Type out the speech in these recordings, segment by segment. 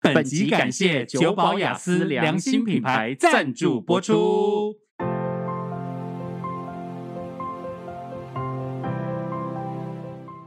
本集感谢九宝雅思良心品牌赞助播出。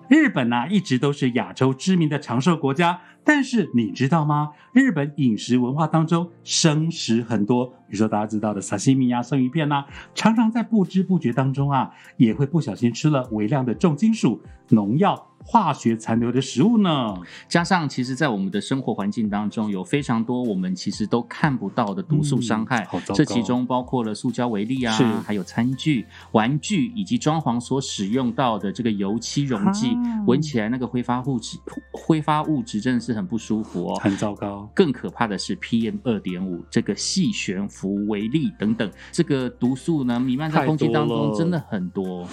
日本呢、一直都是亚洲知名的长寿国家，但是你知道吗？日本饮食文化当中，生食很多，比如说大家知道的沙西米啊、生鱼片呐、常常在不知不觉当中啊，也会不小心吃了微量的重金属、农药、化学残留的食物呢。加上，其实，在我们的生活环境当中，有非常多我们其实都看不到的毒素伤害。嗯好糟糕这其中包括了塑胶为例是啊，还有餐具、玩具以及装潢所使用到的这个油漆溶剂啊，闻起来那个挥发物质，挥发物质真的是很不舒服哦。很糟糕。更可怕的是 PM 二点五这个细悬浮微粒等等，这个毒素呢弥漫在太空气多当中，了真的很多。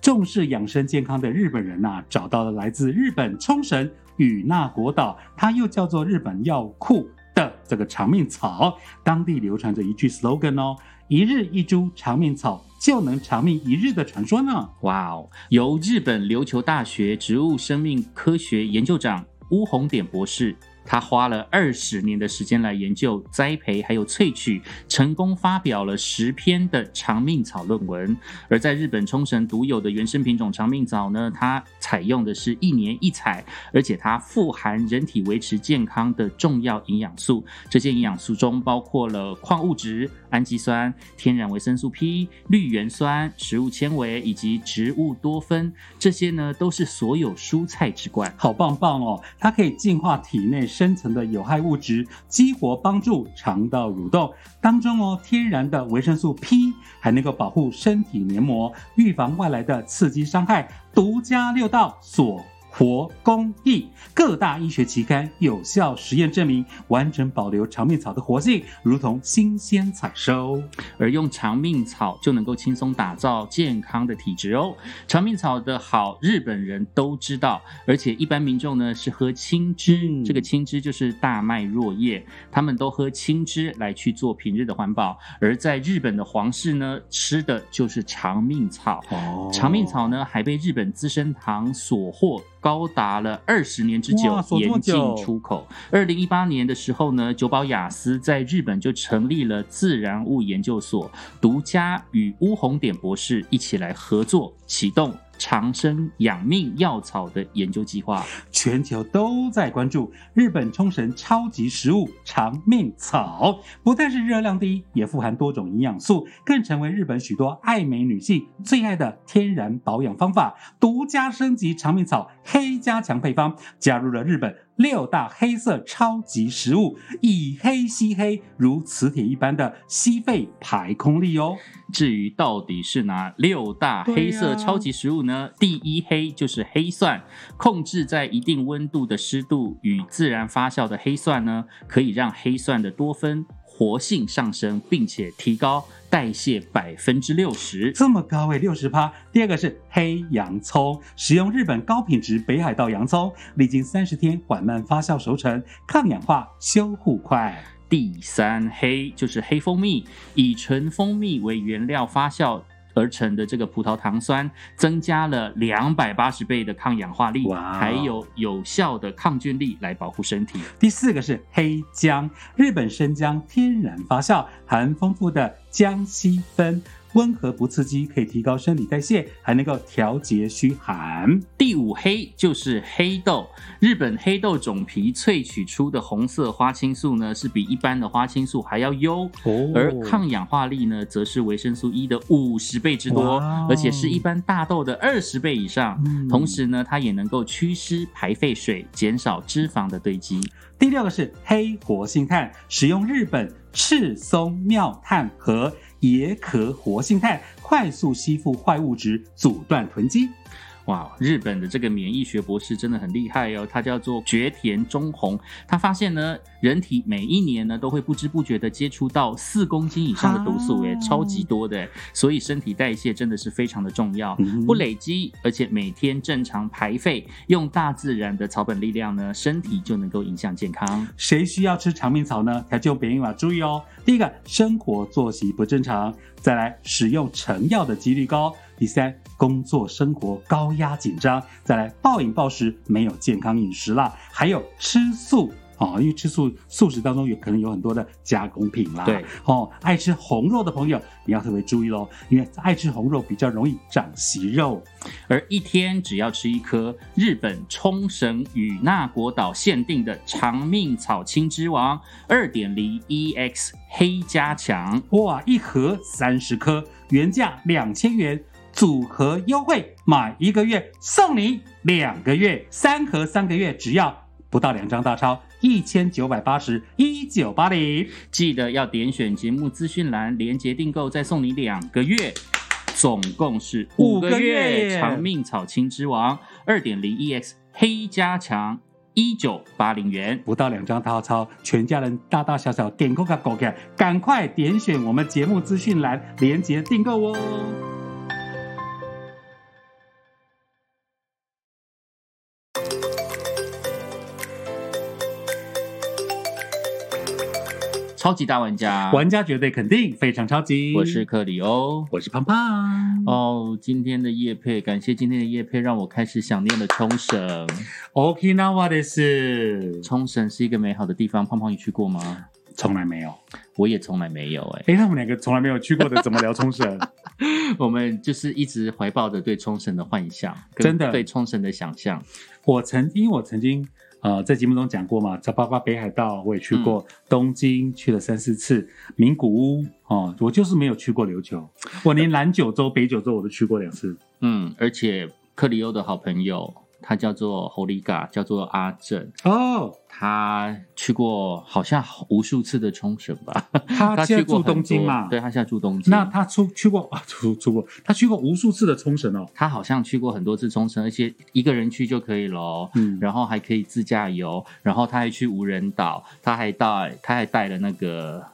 重视养生健康的日本人呐、啊找到了来自日本冲绳与那国岛，它又叫做日本药库的这个长命草。当地流传着一句 slogan 哦：“一日一株长命草，就能长命一日”的传说呢。哇哦！由日本琉球大学植物生命科学研究长乌红典博士，他花了二十年的时间来研究、栽培还有萃取，成功发表了十篇的长命草论文。而在日本冲绳独有的原生品种长命草呢，它采用的是一年一采，而且它富含人体维持健康的重要营养素。这些营养素中包括了矿物质、氨基酸、天然维生素 P、绿原酸、食物纤维以及植物多酚，这些呢都是所有蔬菜之冠。好棒棒哦！它可以净化体内深层的有害物质，激活帮助肠道蠕动。当中哦，天然的维生素 P 还能够保护身体黏膜，预防外来的刺激伤害。独家六道所活工艺，各大医学期刊有效实验证明，完整保留长命草的活性，如同新鲜采收。而用长命草就能够轻松打造健康的体质哦。长命草的好，日本人都知道，而且一般民众呢是喝青汁，嗯这个青汁就是大麦若叶，他们都喝青汁来去做平日的环保。而在日本的皇室呢，吃的就是长命草。哦长命草呢，还被日本资生堂所获，高达了二十年之久哇，锁这么严禁久出口。二零一八年的时候呢，久保雅思在日本就成立了自然物研究所，独家与乌红点博士一起来合作，启动长生养命药草的研究计划。全球都在关注日本冲绳超级食物长命草，不但是热量低，也富含多种营养素，更成为日本许多爱美女性最爱的天然保养方法。独家升级长命草黑加强配方，加入了日本六大黑色超级食物，以黑吸黑，如磁铁一般的吸肺排空力哦。至于到底是哪六大黑色超级食物呢？第一黑就是黑蒜，控制在一定温度的湿度与自然发酵的黑蒜呢，可以让黑蒜的多酚活性上升，并且提高代谢百分之六十。这么高位六十趴。第二个是黑洋葱，使用日本高品质北海道洋葱，历经三十天缓慢发酵熟成，抗氧化、修护快。第三黑就是黑蜂蜜，以纯蜂蜜为原料发酵。而成的这个葡萄糖酸增加了两百八十倍的抗氧化力，哇哦还有有效的抗菌力来保护身体。第四个是黑姜，日本生姜天然发酵，含丰富的姜烯酚，温和不刺激，可以提高生理代谢，还能够调节虚寒。第五黑就是黑豆，日本黑豆种皮萃取出的红色花青素呢，是比一般的花青素还要优，哦而抗氧化力呢，则是维生素 E 的五十倍之多哇哦，而且是一般大豆的二十倍以上。嗯同时呢，它也能够祛湿、排废水，减少脂肪的堆积。第六个是黑活性炭，使用日本赤松妙炭和椰壳活性炭，快速吸附坏物质，阻断囤积。哇，日本的这个免疫学博士真的很厉害哦，他叫做绝田中弘。他发现呢，人体每一年呢都会不知不觉的接触到四公斤以上的毒素，啊哎，超级多的，所以身体代谢真的是非常的重要。嗯不累积，而且每天正常排废，用大自然的草本力量呢，身体就能够影响健康。谁需要吃长命草呢？条件别用啊，注意哦。第一个，生活作息不正常；再来，使用成药的几率高；第三，工作生活啊高压紧张；再来，暴饮暴食，没有健康饮食啦；还有吃素。哦，因为吃素素食当中有可能有很多的加工品啦。对，哦，爱吃红肉的朋友你要特别注意喽，因为爱吃红肉比较容易长息肉。而一天只要吃一颗日本冲绳与那国岛限定的长命草青之王二点零 EX 黑加强，哇，一盒三十颗，原价两千元，组合优惠，买一个月送你两个月，三盒三个月只要不到两张大钞，一千九百八十一九八零。记得要点选节目资讯栏连接订购，再送你两个月。总共是五五个个月，月长命草青之王二点零 EX 黑加强一九八零元。不到两张大钞，全家人大大小小点购个狗给，赶快点选我们节目资讯栏连接订购哦。超级大玩家，玩家绝对肯定，非常超级。我是克里欧。我是胖胖哦哦，今天的夜配，感谢今天的夜配，让我开始想念了冲绳。 ，Okinawa 的是冲绳是一个美好的地方，胖胖你去过吗？从来没有。我也从来没有 哎、哎，他们两个从来没有去过的，怎么聊冲绳？我们就是一直怀抱着对冲绳的幻想，跟真的对冲绳的想象。我曾因为我曾经呃在节目中讲过嘛，在包括北海道我也去过，嗯东京去了三四次，名古屋哦，我就是没有去过琉球，我呃连南九州、北九州我都去过两次。嗯，而且克里欧的好朋友，他叫做 Holiga，叫做阿正，哦，他去过好像无数次的冲绳吧？他现去在过住很多东京嘛？对，他现在住东京。那他出去过啊，出出过，他去过无数次的冲绳哦。他好像去过很多次冲绳，而且一个人去就可以喽。嗯，然后还可以自驾游，然后他还去无人岛，他还带他还带了那个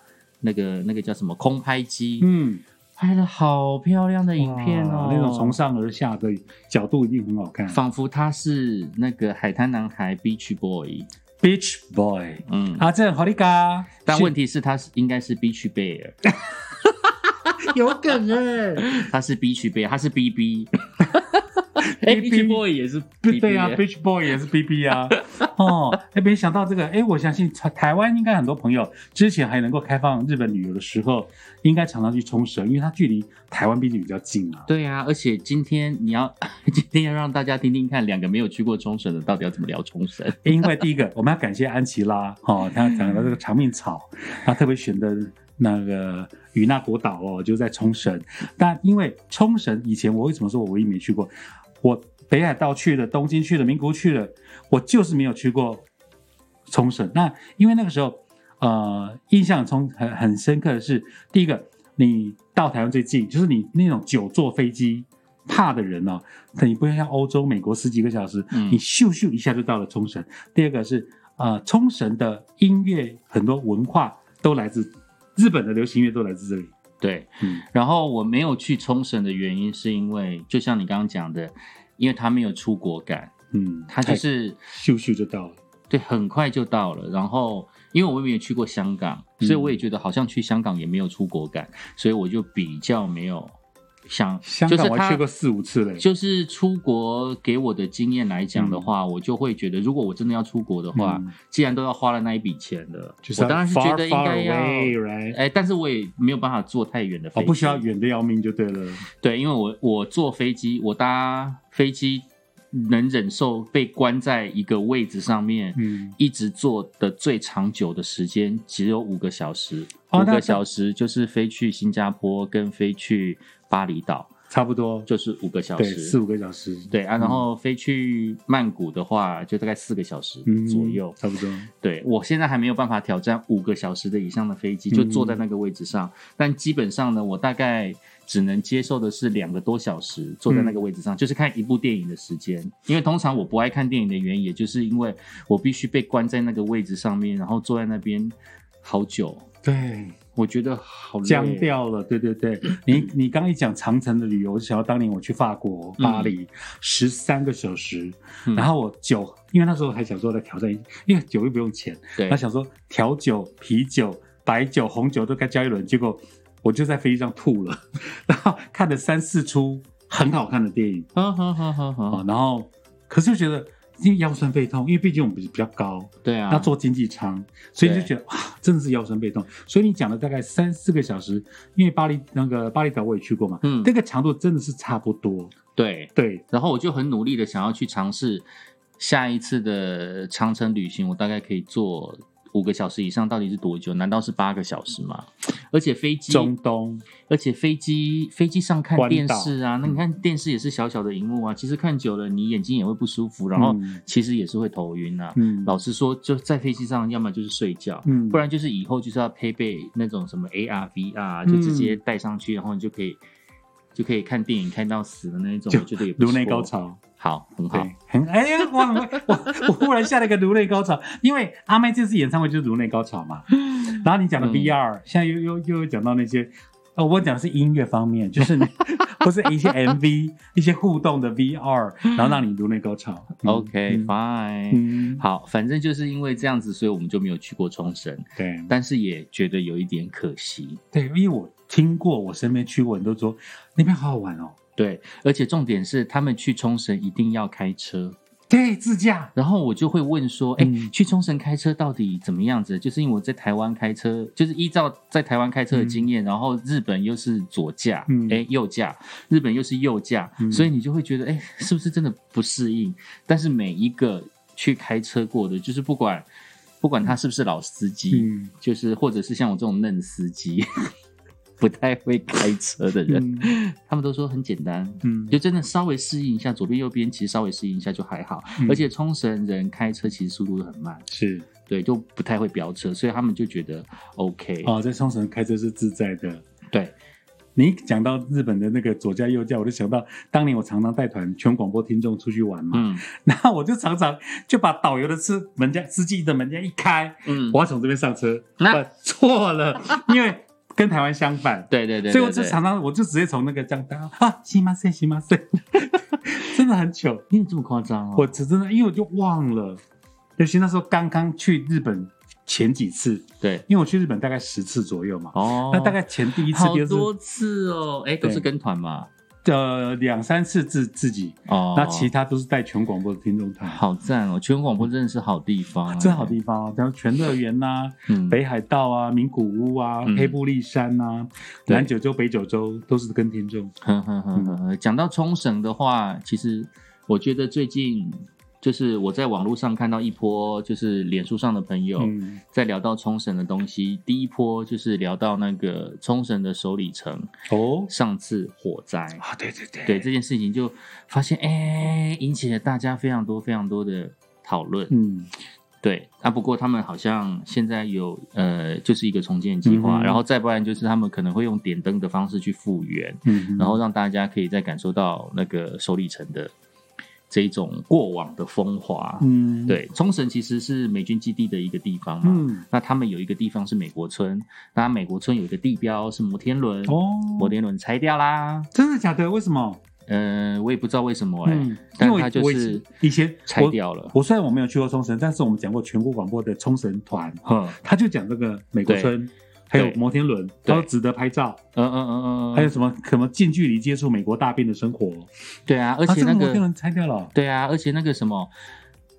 那个那个叫什么空拍机，嗯，拍了好漂亮的影片哇，哦那种从上而下的角度一定很好看。仿佛他是那个海滩男孩 Beach Boy， Beach Boy，嗯，啊，这好利嘎，但问题是他是应该是 Beach Bear，有梗哎，他是 Beach Bear，他是 BB，哎 BB ，Beach Boy 也是 BB，不对啊，Beach Boy 也是 BB 啊，哦，哎，没想到这个，哎，我相信台台湾应该很多朋友之前还能够开放日本旅游的时候，应该常常去冲绳，因为它距离台湾毕竟比较近 啊。对啊，而且今天你要今天要让大家听听看，两个没有去过冲绳的到底要怎么聊冲绳。因为第一个，我们要感谢安琪拉哦，她讲到这个长命草，她特别选的那个与那国岛哦，就在冲绳。但因为冲绳以前我为什么说我唯一没去过？我北海道去了，东京去了，名古屋去了，我就是没有去过冲绳。那因为那个时候，呃，印象冲很很深刻的是，第一个，你到台湾最近，就是你那种久坐飞机。怕的人哦，你不要像欧洲、美国十几个小时，嗯你咻咻一下就到了冲绳。第二个是呃，冲绳的音乐很多文化都来自日本的流行乐都来自这里。对，嗯，然后我没有去冲绳的原因是因为，就像你刚刚讲的，因为他没有出国感，嗯，他就是咻咻就到了。对很快就到了。然后因为我也没有去过香港，嗯所以我也觉得好像去香港也没有出国感，所以我就比较没有想，香就港是我他还去过四五次嘞。就是出国给我的经验来讲的话，我就会觉得，如果我真的要出国的话，嗯既然都要花了那一笔钱了，就是我当然是觉得 far, 应 far 该要。 away, right？哎，但是我也没有办法坐太远的飞哦，机，不需要远的要命就对了。对，因为我我坐飞机，我搭飞机能忍受被关在一个位置上面，嗯，一直坐的最长久的时间只有五个小时，哦五那个小时就是飞去新加坡跟飞去巴厘岛，差不多，就是五个小对，四时。五个小时，对啊，然后飞去曼谷的话，就大概四个小时嗯，左右。差不多。对我现在还没有办法挑战五个小时的以上的飞机，就坐嗯在那个位置上。但基本上呢，我大概只能接受的是两个多小时坐在那嗯个位置上，就是看一部电影的时间。因为通常我不爱看电影的原因，也就是因为我必须被关在那个位置上面，然后坐在那边好久，对，我觉得好累僵。掉了，对对对，你你刚一讲长城的旅游，我就想到当年我去法国巴黎十三个小时，嗯然后我酒，因为那时候还想说来挑战一，因为酒又不用钱，对然后，想说调酒、啤酒、白酒、红酒都该交一轮，结果我就在飞机上吐了， 然后看了三四出很好看的电影好好好好啊、好，然后可是就觉得因为腰酸背痛，因为毕竟我们比较高，对啊，要做经济舱，所以就对觉得哇，真的是腰酸背痛。所以你讲了大概三四个小时，因为巴黎那个巴厘岛我也去过嘛，嗯这个长度真的是差不多。对，对，然后我就很努力的想要去尝试下一次的长城旅行，我大概可以做五个小时以上，到底是多久？难道是八个小时吗？而且飞机，中东而且飞机飞机上看关岛嗯电视啊，那你看电视也是小小的荧幕啊，其实看久了你眼睛也会不舒服，然后嗯其实也是会头晕啊。嗯老实说，就在飞机上，要么就是睡觉，嗯不然就是以后就是要配备那种什么 AR、VR，就啊直嗯接带上去，然后你就可以就可以看电影看到死的那一种，就我觉得也不错颅内高，潮，好，很好对，，很哎呀，我很会我我忽然下了一个颅内高潮，因为阿妹这次演唱会就是颅内高潮嘛。然后你讲的嗯 VR，、现在又又又有讲到那些。哦，我讲的是音乐方面，就是你不是一些 MV、一些互动的 VR，然后让你颅内高潮。嗯 OK 嗯 fine，嗯，好，反正就是因为这样子，所以我们就没有去过冲绳，对但是也觉得有一点可惜。对，因为我听过，我身边去过，人都说那边好好玩哦。对，而且重点是他们去冲绳一定要开车，对，自驾，然后我就会问说，哎、嗯去冲绳开车到底怎么样子？就是因为我在台湾开车，就是依照在台湾开车的经验，然后日本又是左驾，哎、嗯右驾，日本又是右驾，嗯所以你就会觉得，哎，是不是真的不适应？但是每一个去开车过的，就是不管不管他是不是老司机，嗯就是或者是像我这种嫩司机， 不太会开车的人，嗯他们都说很简单， 嗯，就真的稍微适应一下左边右边，其实稍微适应一下就还好。嗯而且冲绳人开车其实速度都很慢，是对，就不太会飙车，所以他们就觉得 OK、哦，在冲绳开车是自在的。对，你讲到日本的那个左驾右驾，我就想到当年我常常带团全广播听众出去玩嘛，嗯然后我就常常就把导游的车门家司机的门家一开，嗯，我要从这边上车，那呃错了， 因为跟台湾相反，对对对对所以我就对常常我就直接从那个这样搭啊，西马塞西马塞， 真的很糗。你有这么夸张哦？我只真的因为我就忘了，尤其那时候刚刚去日本前几次，对因为我去日本大概十次左右嘛，哦，那大概前第一次、好第二次，多次哦，哎，都是跟团嘛，呃，两三次自自己，哦，那其他都是带全广播的听众团。好赞哦，全广播真的是好地方、哎真好地方啊，然后全乐园呐、嗯，北海道啊、名古屋啊、嗯黑布利山呐、对南九州、北九州都是跟听众。哼哼哼嗯哼哼，讲到冲绳的话，其实我觉得最近就是我在网络上看到一波，就是脸书上的朋友，嗯，在聊到冲绳的东西，第一波就是聊到那个冲绳的首里城哦，上次火灾，啊，对对对，对这件事情就发现，哎、引起了大家非常多非常多的讨论。嗯，对，啊，不过他们好像现在有呃，就是一个重建计嗯划，哼然后再不然就是他们可能会用点灯的方式去复原，嗯，然后让大家可以再感受到那个首里城的这一种过往的风华。嗯，，对，冲绳其实是美军基地的一个地方嘛，嗯，那他们有一个地方是美国村，那美国村有一个地标是摩天轮，哦，摩天轮拆掉啦。真的假的？为什么？呃，我也不知道为什么哎、嗯但因为它就我是以前拆我掉了。我虽然我没有去过冲绳，但是我们讲过全国广播的冲绳团，哼，他就讲这个美国村，还有对摩天轮，对然后值得拍照，嗯嗯嗯嗯，还有什么什么近距离接触美国大兵的生活，对啊，而啊，且这个那摩个、天轮拆掉了，对啊，而且那个什么，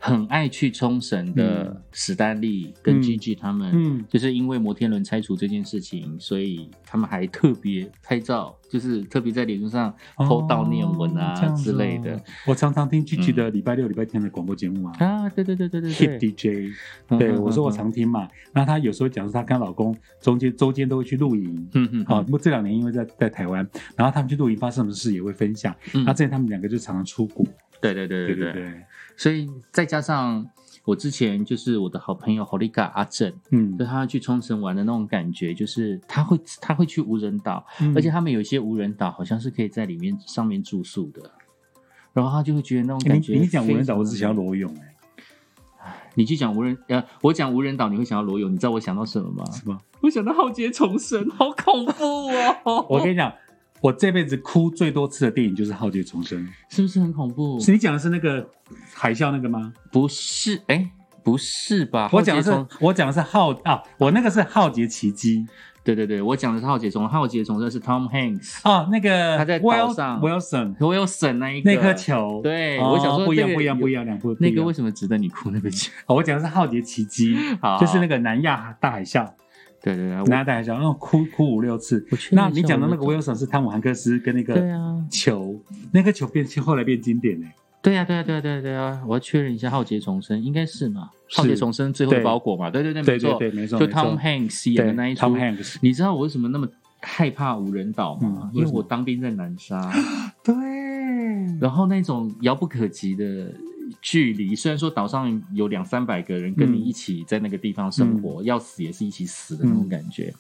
很爱去冲绳的嗯史丹利跟嗯 Gigi 他们，嗯，就是因为摩天轮拆除这件事情，所以他们还特别拍照，就是特别在脸书上哦 po 悼念文啊、这样子之哦类的。嗯我常常听 Gigi 的礼拜六、礼拜天的广播节目啊。啊，对对对对对 Hit 对， DJ，嗯对嗯我说我嗯常听嘛，那她有时候讲说她跟她老公中间周间都会去露营，嗯嗯，好，不过这两年因为在在台湾，然后他们去露营发生什么事也会分享，嗯那之前他们两个就常常出国，对对对啊对对对对，对，所以再加上我之前就是我的好朋友 Holiga 阿正，嗯就，他去冲绳玩的那种感觉，就是他会他会去无人岛，嗯而且他们有一些无人岛好像是可以在里面上面住宿的，然后他就会觉得那种欸感觉你你讲无人岛，非常哦我只想要裸泳哎，你去讲无人呃，我讲无人岛，你会想到罗友，你知道我想到什么吗？是吗？我想到浩劫重生，好恐怖哦！我跟你讲，我这辈子哭最多次的电影就是《浩劫重生》。 是不是很恐怖？是你讲的是那个海啸那个吗？不是？哎，不是吧？我讲的啊浩劫重是我讲的是浩啊，我那个是《浩劫奇迹》，对对对，我讲的是浩劫虫，浩劫虫这是 Tom Hanks 哦，那个他在 Wil- 岛上 Wilson Wilson 那一个那颗，球，对、哦我想说不一样，这个不一样，不一样，两部不那一个样为什么值得你哭那个剧？哦我讲的是浩劫奇迹， 好，就是那个个南亚大海啸，对对对，我南亚大海啸，然后哭哭五六次。我确认一那下你讲的那个我有 Wilson 是汤姆汉克斯跟那对个啊，球，那个球变后来变经典哎，对呀、啊，对呀、啊，对呀、啊，对呀、啊，对呀、啊！我要确认一下，《浩劫重生》应该是嘛？《浩劫重生》最后的包裹嘛？对对对，对没对错，对，没错，就没 Tom 错 Hanks 演对的那一出 Tom。Hanks，你知道我为什么那么害怕无人岛吗？嗯因为为什么我当兵在南沙，对，然后那种遥不可及的距离，虽然说岛上有两三百个人跟你嗯一起在那个地方生活，要死也是一起死的那嗯种感觉。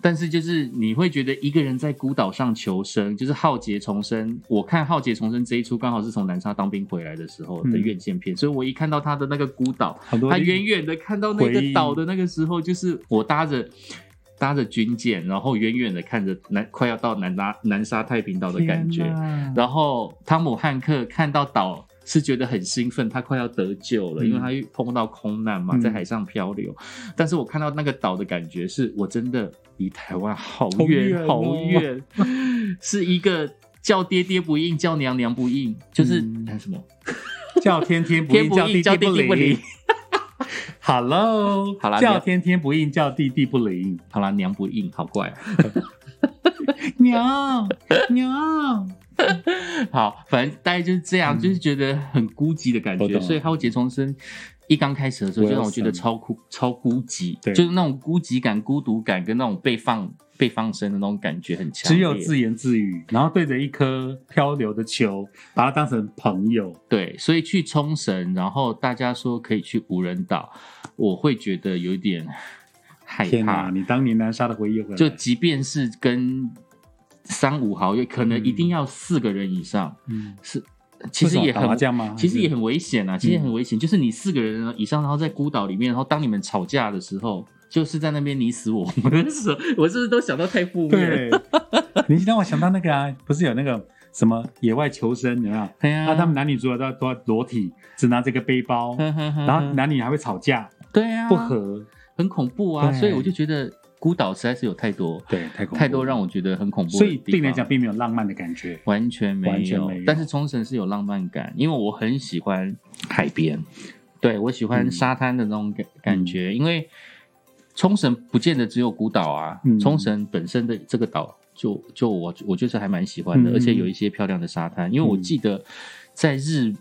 但是就是你会觉得一个人在孤岛上求生，就是浩劫重生。我看《浩劫重生》这一出，刚好是从南沙当兵回来的时候的嗯院线片，所以我一看到他的那个孤岛，很多他地远远的看到那个岛的那个时候，就是我搭着搭着军舰，然后远远的看着南快要到南沙南沙太平岛的感觉天。哪然后汤姆汉克看到岛是觉得很兴奋，他快要得救了，嗯因为他又碰到空难嘛，嗯在海上漂流。但是我看到那个岛的感觉是，我真的离台湾好好远远哦好远， 是一个叫爹爹不应，叫娘娘不应，就是、嗯哎什么 叫天天不天应，不叫应，地叫地爹爹不不灵灵。。Hello，好啦叫天天不应，叫地地不灵。好啦，娘不应，好怪哦、娘 娘，好，反正大概就是这样，嗯就是觉得很孤寂的感我懂觉。了所以《浩劫重生》一刚开始的时候，就让我 Wilson 觉得超孤、超孤寂，对就是那种孤寂感、孤独感跟那种被放、被放生的那种感觉很强只烈。有自言自语，然后对着一颗漂流的球，把它当成朋友。对，所以去冲绳，然后大家说可以去无人岛，我会觉得有一点害天哪，怕。你当年南沙的回忆又回来就了，即便是跟三五好友，可能嗯一定要四个人以上，嗯，是其实为什么也打很麻将吗？其实还是也很危险啊，嗯其实也很危险。就是你四个人以上，然后在孤岛里面，然后当你们吵架的时候，就是在那边你死我活的时候，我是不是 都想到太负面了？对。 你让我想到那个啊，不是有那个什么野外求生，有没有？对啊呀、那他们男女主角都要都要裸体，只拿这个背包， 呵呵呵，然然后男女还会吵架，对呀、不，合。很恐怖啊。对所以我就觉得孤岛实在是有太多对，太恐怖了太多让我觉得很恐怖的所以地方，对你来讲并没有浪漫的感觉。完全没有，完全没有但是冲绳是有浪漫感，因为我很喜欢海边，对我喜欢嗯沙滩的那种感感觉，因为冲绳不见得只有孤岛啊，嗯冲绳本身的这个岛就就我我就是还蛮喜欢的，嗯而且有一些漂亮的沙滩，因为我记得在日、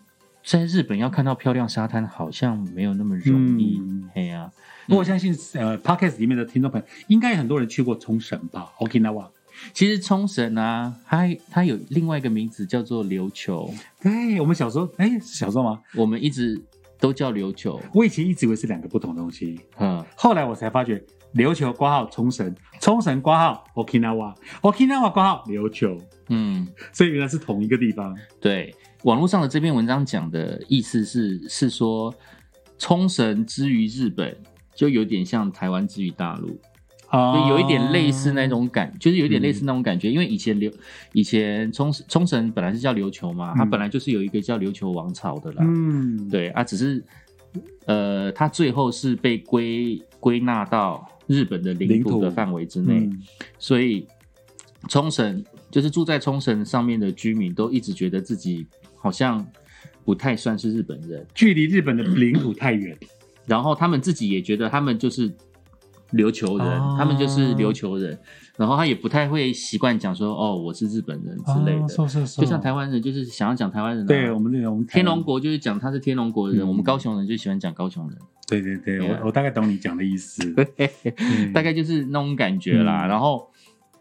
在日本要看到漂亮沙滩好像没有那么容易，嗯嘿呀、不过我相信，呃，podcast 里面的听众朋友，应该很多人去过冲绳吧，Okinawa。其实冲绳啊，它它有另外一个名字叫做琉球，对，我们小时候，哎，是小时候吗？我们一直都叫琉球，我以前一直以为是两个不同的东西，嗯。后来我才发觉，琉球挂号冲绳，冲绳挂号 Okinawa，Okinawa 挂号琉球，嗯，所以原来是同一个地方。对，网络上的这篇文章讲的意思是是说，冲绳之于日本，就有点像台湾之于大陆，啊就有一点类似那种哦感，就是有点类似那种感嗯觉。因为以前琉，以前冲冲绳本来是叫琉球嘛，它嗯本来就是有一个叫琉球王朝的啦。嗯，对啊，只是呃，它最后是被归归纳到日本的领领土土的范围之内。嗯，所以冲绳就是住在冲绳上面的居民都一直觉得自己好像不太算是日本人，距离日本的领土太远，然后他们自己也觉得他们就是琉球人，哦他们就是琉球人，然后他也不太会习惯讲说哦我是日本人之类的，是是是，就像台湾人就是想要讲台湾人、啊，哦对我们这种天龙，国就是讲他是天龙国的人，嗯我们高雄人就喜欢讲高雄人。对对对，对啊我我大概懂你讲的意 思，大概就是那种感觉啦。嗯然后，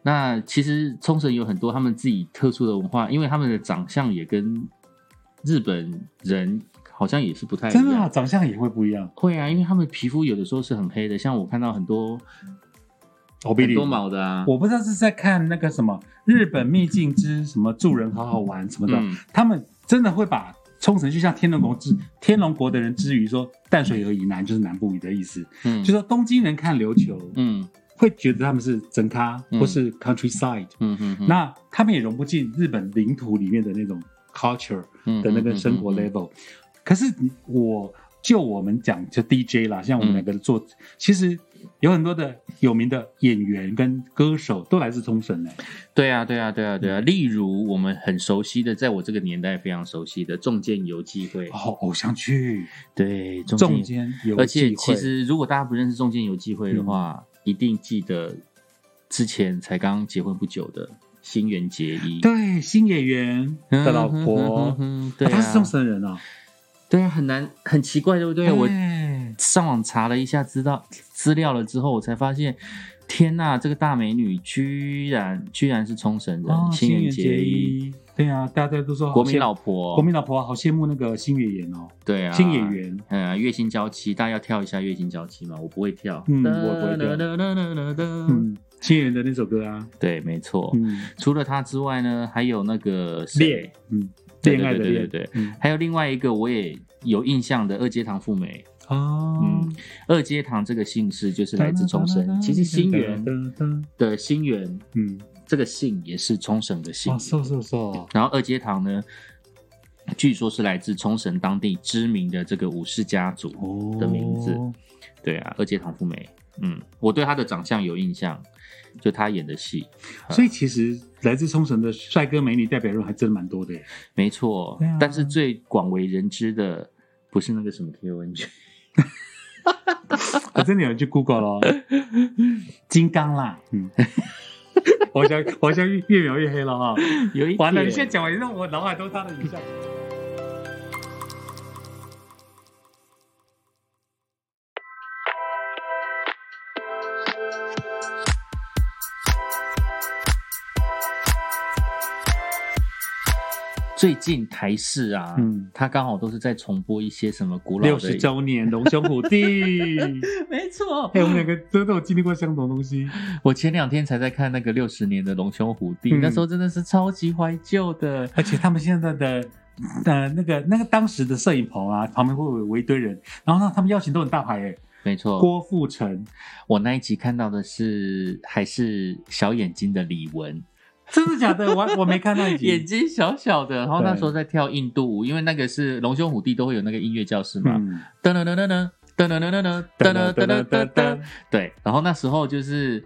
那其实冲绳有很多他们自己特殊的文化，因为他们的长相也跟日本人好像也是不太一真的啊，样。长相也会不一样，会啊，因为他们皮肤有的时候是很黑的，像我看到很多我比很你多毛的啊。我不知道是在看那个什么日本秘境之什么助人好好玩什么的，嗯，他们真的会把冲绳就像天龙国之天龙国的人之于说淡水河以南就是南部语的意思，嗯就说东京人看琉球、嗯会觉得他们是整咖嗯或是 countryside，、嗯嗯嗯，那他们也融不进日本领土里面的那种 culture 那的那个嗯生活 level。可是你我就我们讲就嗯 DJ 啦，像我们两个做，其实有很多的有名的演员跟歌手都来自冲绳哎，对啊，对啊，对啊，对啊。例如我们很熟悉的，在我这个年代非常熟悉的《重剑游记会》哦，偶像剧对， 《重中剑，间有而且机其会，嗯实如果大家不认识《重剑游记会》的话，一定记得之前才刚结婚不久的新垣结衣嗯对新演员的老婆，嗯哼哼哼哼啊对、啊，她是冲绳人哦，对啊，很难，很奇怪，对不对？我哎上网查了一下资料资料了之后，我才发现，天呐，这个大美女居然居然是冲绳哦人，新垣垣结结衣，衣，对啊，大家都说好国民羡老婆，国民老婆啊好羡慕那个新演员哦，对啊，新演员，呃，月薪娇妻，大家要跳一下月薪娇妻嘛，我不会跳，嗯我不会跳跳。嗯，新演员的那首歌啊，对，没错。嗯，除了她之外呢，还有那个谁恋，嗯，对恋爱的对对恋，对对，嗯，还有另外一个我也有印象的二阶堂富美。哦嗯，二阶堂这个姓氏就是来自冲绳，其实新源的新源嗯，这个姓也是冲绳的姓哦，。瘦瘦瘦，然后二阶堂呢，据说是来自冲绳当地知名的这个武士家族。哦的名字对啊，二阶堂富美。嗯，我对她的长相有印象，就她演的戏。所以其实来自冲绳的帅哥美女代表人还真的蛮多 的耶。没错，对啊但是最广为人知的不是那个什么 K O N G，啊，真的有人去 Google 咯， 金刚啦，嗯，我想我想越描越黑了 哈，有一完了，点你现在讲完之后，我脑海都是他的影像。最近台视啊，嗯它刚好都是在重播一些什么古老的六十周年龙兄虎弟， 没错哎、我们两个真的有经历过相同东西。我前两天才在看那个六十年的《龙兄虎弟》嗯那时候真的是超级怀旧的。而且他们现在的呃那个那个当时的摄影棚啊，旁边会有一堆人，然后呢，他们邀请都很大牌诶、没错，郭富城，我那一集看到的是还是小眼睛的李玟， 真的假的？我我没看那一集。眼睛小小的，然后对那时候在跳印度舞，因为那个是《龙兄虎弟》都会有那个音乐教室嘛。嗯，噔噔噔噔噔噔噔噔噔噔噔噔噔噔噔噔噔噔噔，。对，然后那时候就是。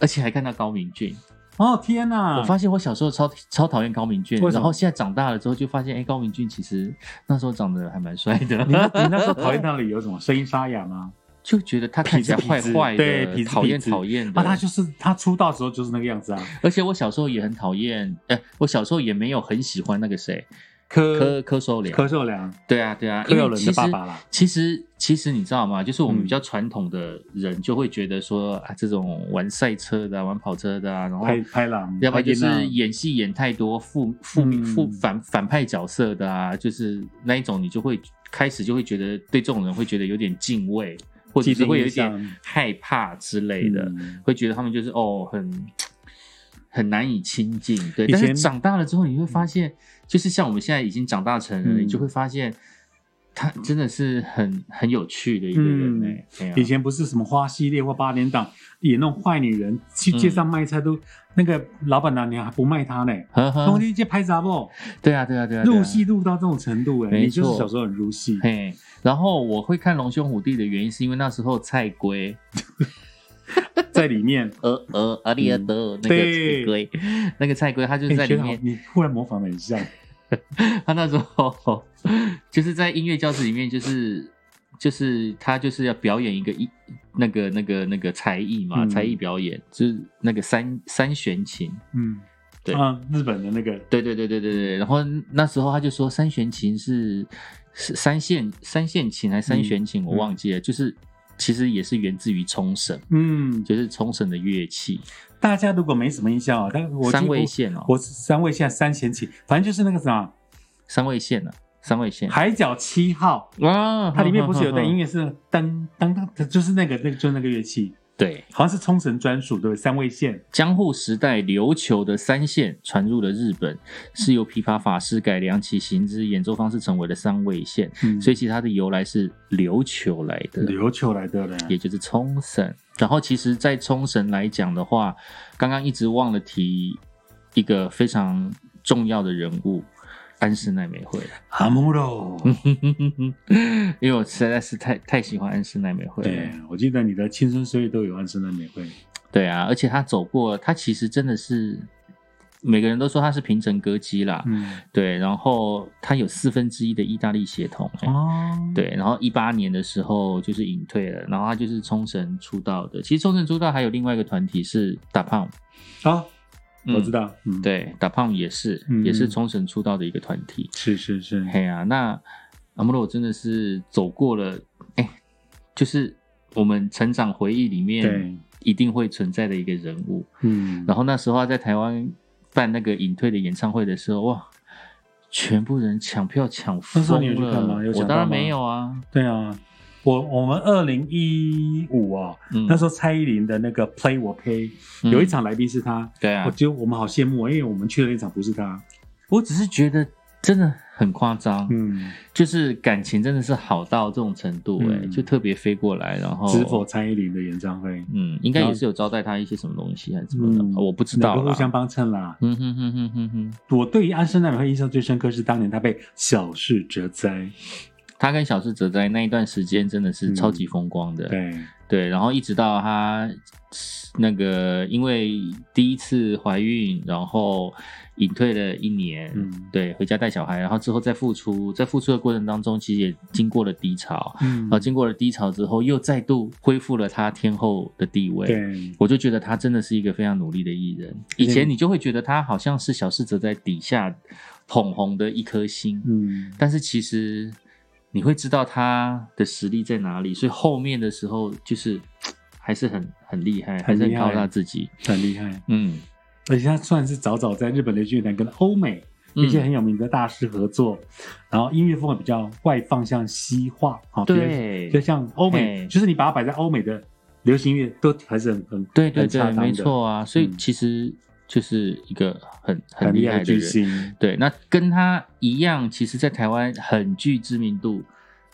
而且还看到高明俊，哦天哪！我发现我小时候超超讨厌高明俊为，什么然后现在长大了之后就发现，哎、高明俊其实那时候长得还蛮帅的。你你那时候讨厌他的理由是什么？声音沙哑吗？就觉得他看起来坏痞子痞子坏的，对痞子讨厌痞子讨厌 的。啊，他就是他出道的时候就是那个样子啊。而且我小时候也很讨厌，呃，我小时候也没有很喜欢那个谁，柯柯柯受良。柯受良，对啊，对啊，柯有因为伦其的实爸爸啦其实其实你知道吗？就是我们嗯比较传统的人就会觉得说啊，这种玩赛车的、啊、玩跑车的啊，然后拍拍狼，要不然就拍电是浪演戏演太多负负面嗯负反反派角色的啊，就是那一种，你就会开始就会觉得对这种人会觉得有点敬畏，或者既是定会有一印象点害怕之类的，嗯会觉得他们就是哦很很难以亲近。对，以但前是长大了之后，你会发现，就是像我们现在已经长大成人了，嗯你就会发现他真的是很很有趣的一个人哎、对啊嗯以前不是什么花系列或八点档演那种坏女人，去街上卖菜都、那个老板娘还不卖她呢。呵呵冬天街拍杂不对啊对啊啊对啊，对啊入戏入到这种程度哎、没你就错是小时候很入戏。嘿，然后我会看《龙兄虎弟》的原因，是因为那时候蔡圭，在里面。呃呃阿利尔德那个蔡嗯对圭，那个蔡圭他就是哎在里学得好面，你忽然模仿的很像， 他那时候就是在音乐教室里面，就是就是他就是要表演一个一那个那个那个才艺嘛，嗯才艺表演就是那个三三弦琴，嗯，对啊，日本的那个，对对对对对对。然后那时候他就说三弦琴是是三线三线琴还嗯是三弦琴，我忘记了，就是其实也是源自于冲绳。嗯，就是冲绳的乐器，大家如果没什么印象哦，但我三味位，线哦，我三位现在三弦琴，反正就是那个什么三味线呢、啊，三味线《海角七号》，啊它里面不是有段音乐？乐是噔噔噔，就是那个那个就是那个乐器，对，好像是冲绳专属，对不对？三味线，江户时代琉球的三线传入了日嗯本，是由琵琶法师改良其行之演奏方式，成为了三味线。嗯所以其实它的由来是琉球来的，琉球来的嘞，也就是冲绳。然后其实，在冲绳来讲的话，刚刚一直忘了提一个非常重要的人物，单身奈美 惠了。阿姆罗。嗯因为我实在是太太喜欢安室奈美惠对了。，我记得你的青春岁月都有安室奈美惠，对啊，而且她走过，她其实真的是每个人都说她是平成歌姬啦。嗯，对，然后她有四分之一的意大利血统、欸哦，对，然后一八年的时候就是隐退了，然后她就是冲绳出道的。其实冲绳出道还有另外一个团体是大胖，啊，我知道。道，嗯，，对，大胖也是，嗯也是冲绳出道的一个团体。是是是，嘿呀、那阿姆罗真的是走过了，哎、就是我们成长回忆里对面一定会存在的一个人物。嗯，然后那时候他在台湾办那个隐退的演唱会的时候，哇，全部人抢票抢那时候你疯有去看吗了有。我抢当到然吗没有啊，对啊，我我们二零一五啊，嗯，那时候蔡依林的那个 Play 我 Play 嗯有一场来宾是她，对啊我，就我们好羡慕啊，因为我们去的那场不是她，我只是觉得真的很夸张，嗯，就是感情真的是好到这种程度、哎、嗯就特别飞过来，然后知否蔡依林的演唱会，嗯，应该然也后是有招待他一些什么东西还是什么的吧，嗯我不知道两个啦互。相帮衬啦。嗯哼哼哼哼哼，我对于安室奈美惠印象最深刻是当年她被小室哲哉，他跟小室哲哉那一段时间真的是超级风光的，嗯对，对然后一直到他那个因为第一次怀孕，然后隐退了一年，嗯对，回家带小孩，然后之后再复出，在复出的过程当中，其实也经过了低潮，嗯然后经过了低潮之后，又再度恢复了他天后的地位，对，我就觉得他真的是一个非常努力的艺人。以前你就会觉得他好像是小世哲在底下捧红的一颗星，嗯，但是其实你会知道他的实力在哪里，所以后面的时候就是嘖还是很很厉害，还很厉害是很靠他自己。很厉害，嗯，而且她算是早早在日本流行乐坛跟欧美一些嗯很有名的大师合作，然后音乐风格比较外放向西化啊，比如对就像欧美，嘿就是你把它摆在欧美的流行乐都还是很很对对很恰对，当的没错啊，所以嗯其实就是一个很很厉厉害害的巨人。星，对，那跟他一样，其实，在台湾很具知名度。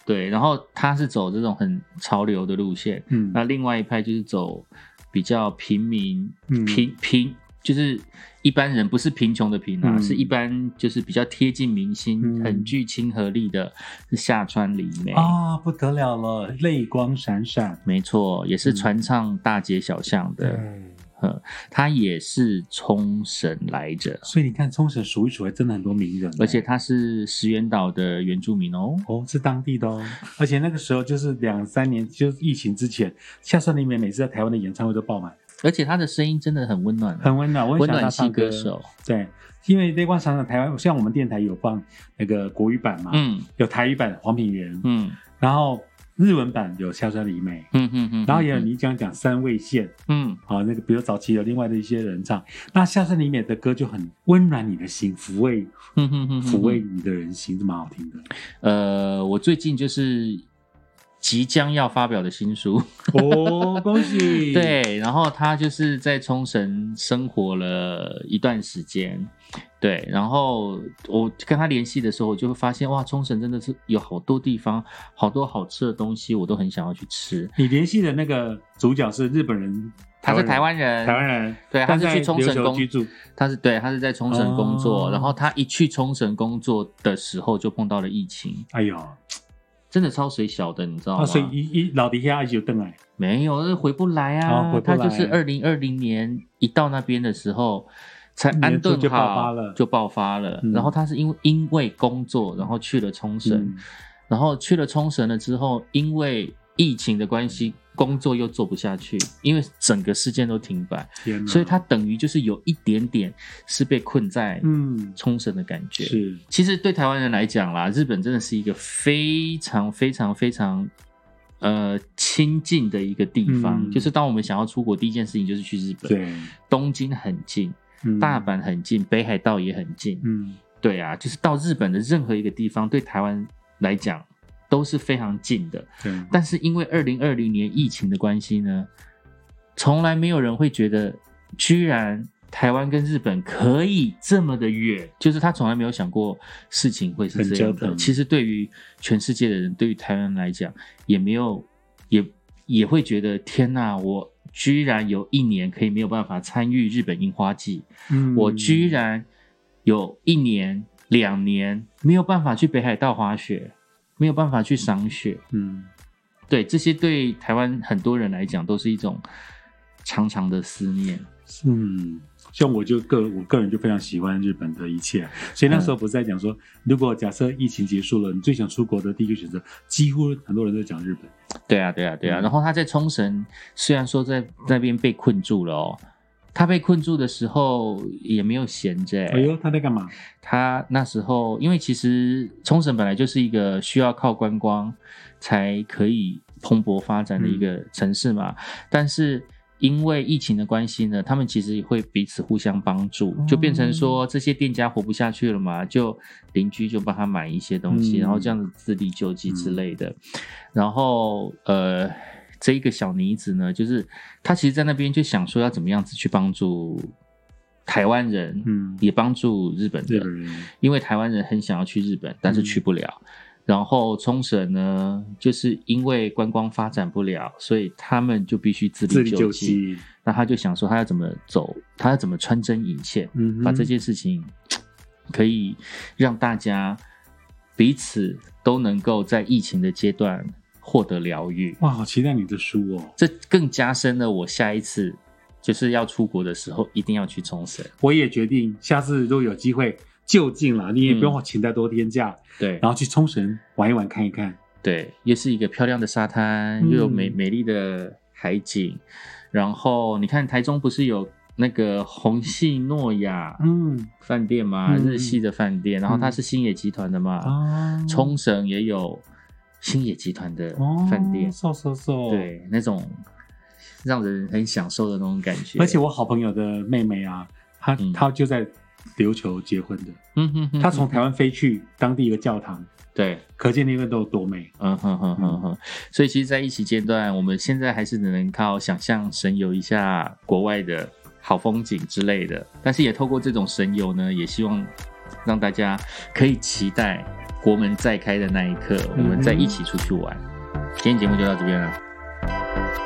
对，然后他是走这种很潮流的路线，嗯，那另外一派就是走比较平民、嗯平平，就是一般人，不是贫穷的贫啊，嗯是一般就是比较贴近民心、嗯很具亲和力的下川里美。啊不得了了，泪光闪闪，没错，也是传唱大街小巷的，嗯对，他也是冲绳来着，所以你看冲绳数一数来，真的很多名人，欸而且他是石原岛的原住民哦。哦，是当地的哦，而且那个时候就是两三年，就是疫情之前，夏川里美每次在台湾的演唱会都爆满，而且他的声音真的很温暖啊，很温暖，我很温想暖他系唱歌手。。对，因为泪光闪闪台湾，像我们电台有放那个国语版嘛，嗯有台语版黄品源，嗯然后日文版有夏川里美，嗯嗯嗯，然后也有你讲讲三味线嗯啊，那个比如早期有另外的一些人唱，那夏川里美的歌就很温暖你的心，抚慰嗯嗯嗯抚慰你的人心，是蛮好听的。呃，我最近就是即将要发表的新书，哦，恭喜！， 对，然后他就是在冲绳生活了一段时间，对，然后我跟他联系的时候，我就会发现哇，冲绳真的是有好多地方，好多好吃的东西，我都很想要去吃。你联系的那个主角是日本人，他是台湾湾人，人台湾人，对，他但是去在冲琉绳球工居住，他是对，他是在冲绳工作，哦然后他一去冲绳工作的时候就碰到了疫情，哎呦，哦真的超水小的，你知道吗？啊，所以一一老底下一起有邓来，没有，那回不来啊。哦回不来他就是二零二零年一到那边的时候，才安年初就顿好爆发了就爆发了嗯然后他是因为因为工作，然后去了冲绳，嗯然后去了冲绳了之后，因为疫情的关系，工作又做不下去，因为整个事件都停摆，天哪，所以他等于就是有一点点是被困在嗯冲绳的感觉。是其实对台湾人来讲啦，日本真的是一个非常非常非常呃亲近的一个地方。嗯就是当我们想要出国，第一件事情就是去日本。，对，东京很近，嗯大阪很近，北海道也很近。嗯对啊，就是到日本的任何一个地方，对台湾来讲都是非常近的。嗯对，但是因为二零二零年疫情的关系呢，从来没有人会觉得，居然台湾跟日本可以这么的远，就是他从来没有想过事情会是很这样折的。腾其实对于全世界的人，对于台湾来讲，也没有也也会觉得天呐，我居然有一年可以没有办法参与日本樱花季，嗯我居然有一年两年没有办法去北海道滑雪，没有办法去赏雪。嗯，对，这些对台湾很多人来讲都是一种长长的思念。嗯，像我就个我个人就非常喜欢日本的一切，所以那时候不是在讲说，如果假设疫情结束了，你最想出国的第一个选择，几乎很多人都讲日本。对啊，对啊，对啊。嗯然后他在冲绳，虽然说在那边被困住了哦，他被困住的时候也没有闲着欸、哎呦，他在干嘛？他那时候，因为其实冲绳本来就是一个需要靠观光才可以蓬勃发展的一个城市嘛，但是因为疫情的关系呢，他们其实会彼此互相帮助，就变成说这些店家活不下去了嘛，就邻居就帮他买一些东西，嗯然后这样子自力救济之类的，然后呃。这一个小妮子呢，就是她其实，在那边就想说要怎么样子去帮助台湾人，嗯，也帮助日本日人，本人。因为台湾人很想要去日本，但嗯是去不了。然后冲绳呢，就是因为观光发展不了，所以他们就必须自自力力救济。济，那他就想说，他要怎么走，他要怎么穿针引线，嗯哼把这件事情可以让大家彼此都能够在疫情的阶段获得疗愈。哇，好期待你的书哦！这更加深了我下一次就是要出国的时候，一定要去冲绳。我也决定下次如果有机会就近了，你也不用请太多天假，对，然后去冲绳玩一玩看一看。对，又是一个漂亮的沙滩，嗯又有美美丽的海景。然后你看，台中不是有那个红系诺亚嗯饭店吗？嗯日系的饭店，然后它是星野集团的嘛。啊，冲绳也有星野集团的哦饭店，瘦瘦瘦，。对，那种让人很享受的那种感觉。而且，我好朋友的妹妹啊，她、嗯她就在琉球结婚的，嗯哼哼，她从台湾飞去当地一个教堂，对。可见那个都有多美。嗯哼哼哼哼，所以其实，在疫情阶段，我们现在还是只能靠想象神游一下国外的好风景之类的，但是也透过这种神游呢，也希望让大家可以期待国门再开的那一刻，我们再一起出去玩。今天节目就到这边了。